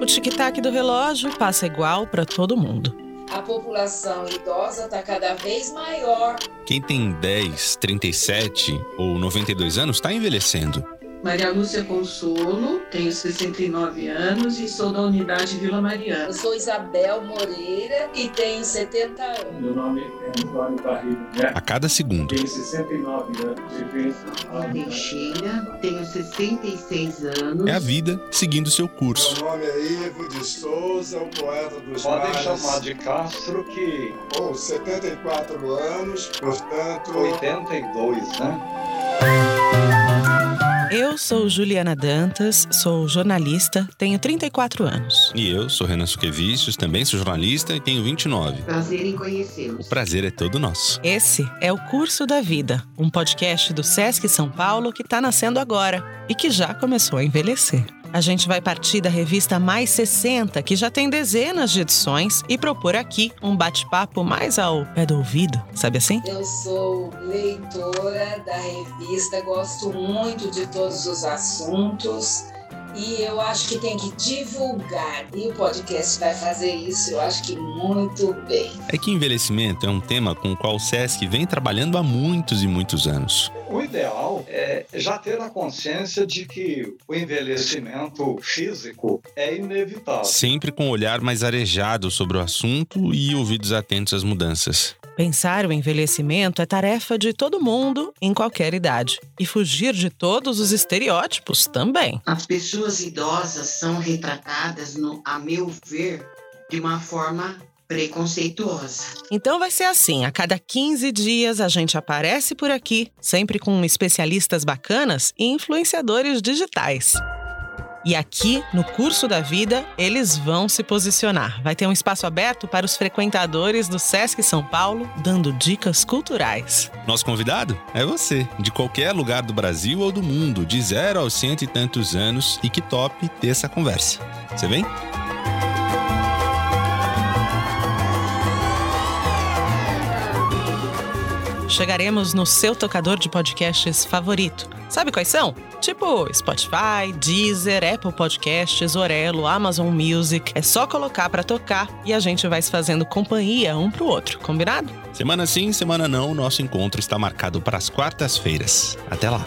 O tic-tac do relógio passa igual para todo mundo. A população idosa está cada vez maior, Quem tem 10, 37 ou 92 anos está envelhecendo. Maria Lúcia Consolo, tenho 69 anos e sou da unidade Vila Mariana. Eu sou Isabel Moreira e tenho 70 anos. Meu nome é Antônio Barreiro Neto, A cada segundo. tenho 69 anos e venço a Teixeira, tenho 66 É a anos. vida seguindo seu curso. Meu nome é Ivo de Souza, o poeta dos Podem mares. chamar de Castro que Com 74 anos, portanto... 82, né? Eu sou Juliana Dantas, sou jornalista, tenho 34 anos. E eu sou Renan Suquevicius, também sou jornalista e tenho 29. Prazer em O conhecê-los. prazer é todo nosso. Esse é o Curso da Vida, um podcast do SESC São Paulo que está nascendo agora e que já começou a envelhecer. A gente vai partir da revista Mais 60, que já tem dezenas de edições, e propor aqui um bate-papo mais ao pé do ouvido, sabe assim? Eu sou leitora da revista, gosto muito de todos os assuntos e eu acho que tem que divulgar. E o podcast vai fazer isso, eu acho que muito bem. É que envelhecimento é um tema com o qual o SESC vem trabalhando há muitos e muitos anos. O ideal é já ter a consciência de que o envelhecimento físico é inevitável. Sempre com um olhar mais arejado sobre o assunto e ouvidos atentos às mudanças. Pensar o envelhecimento é tarefa de todo mundo, em qualquer idade, e fugir de todos os estereótipos também. As pessoas idosas são retratadas, no, a meu ver, de uma forma preconceituosa. Então vai ser assim, a cada 15 dias a gente aparece por aqui, sempre com especialistas bacanas e influenciadores digitais. E aqui, no curso da vida, eles vão se posicionar. Vai ter um espaço aberto para os frequentadores do SESC São Paulo, dando dicas culturais. Nosso convidado é você, de qualquer lugar do Brasil ou do mundo, de zero aos cento e tantos anos, e que top ter essa conversa. Você vem? Chegaremos no seu tocador de podcasts favorito. Sabe quais são? Tipo Spotify, Deezer, Apple Podcasts, Orelo, Amazon Music. É só colocar pra tocar e a gente vai se fazendo companhia um pro outro, combinado? Semana sim, semana não, nosso encontro está marcado para as quartas-feiras. Até lá!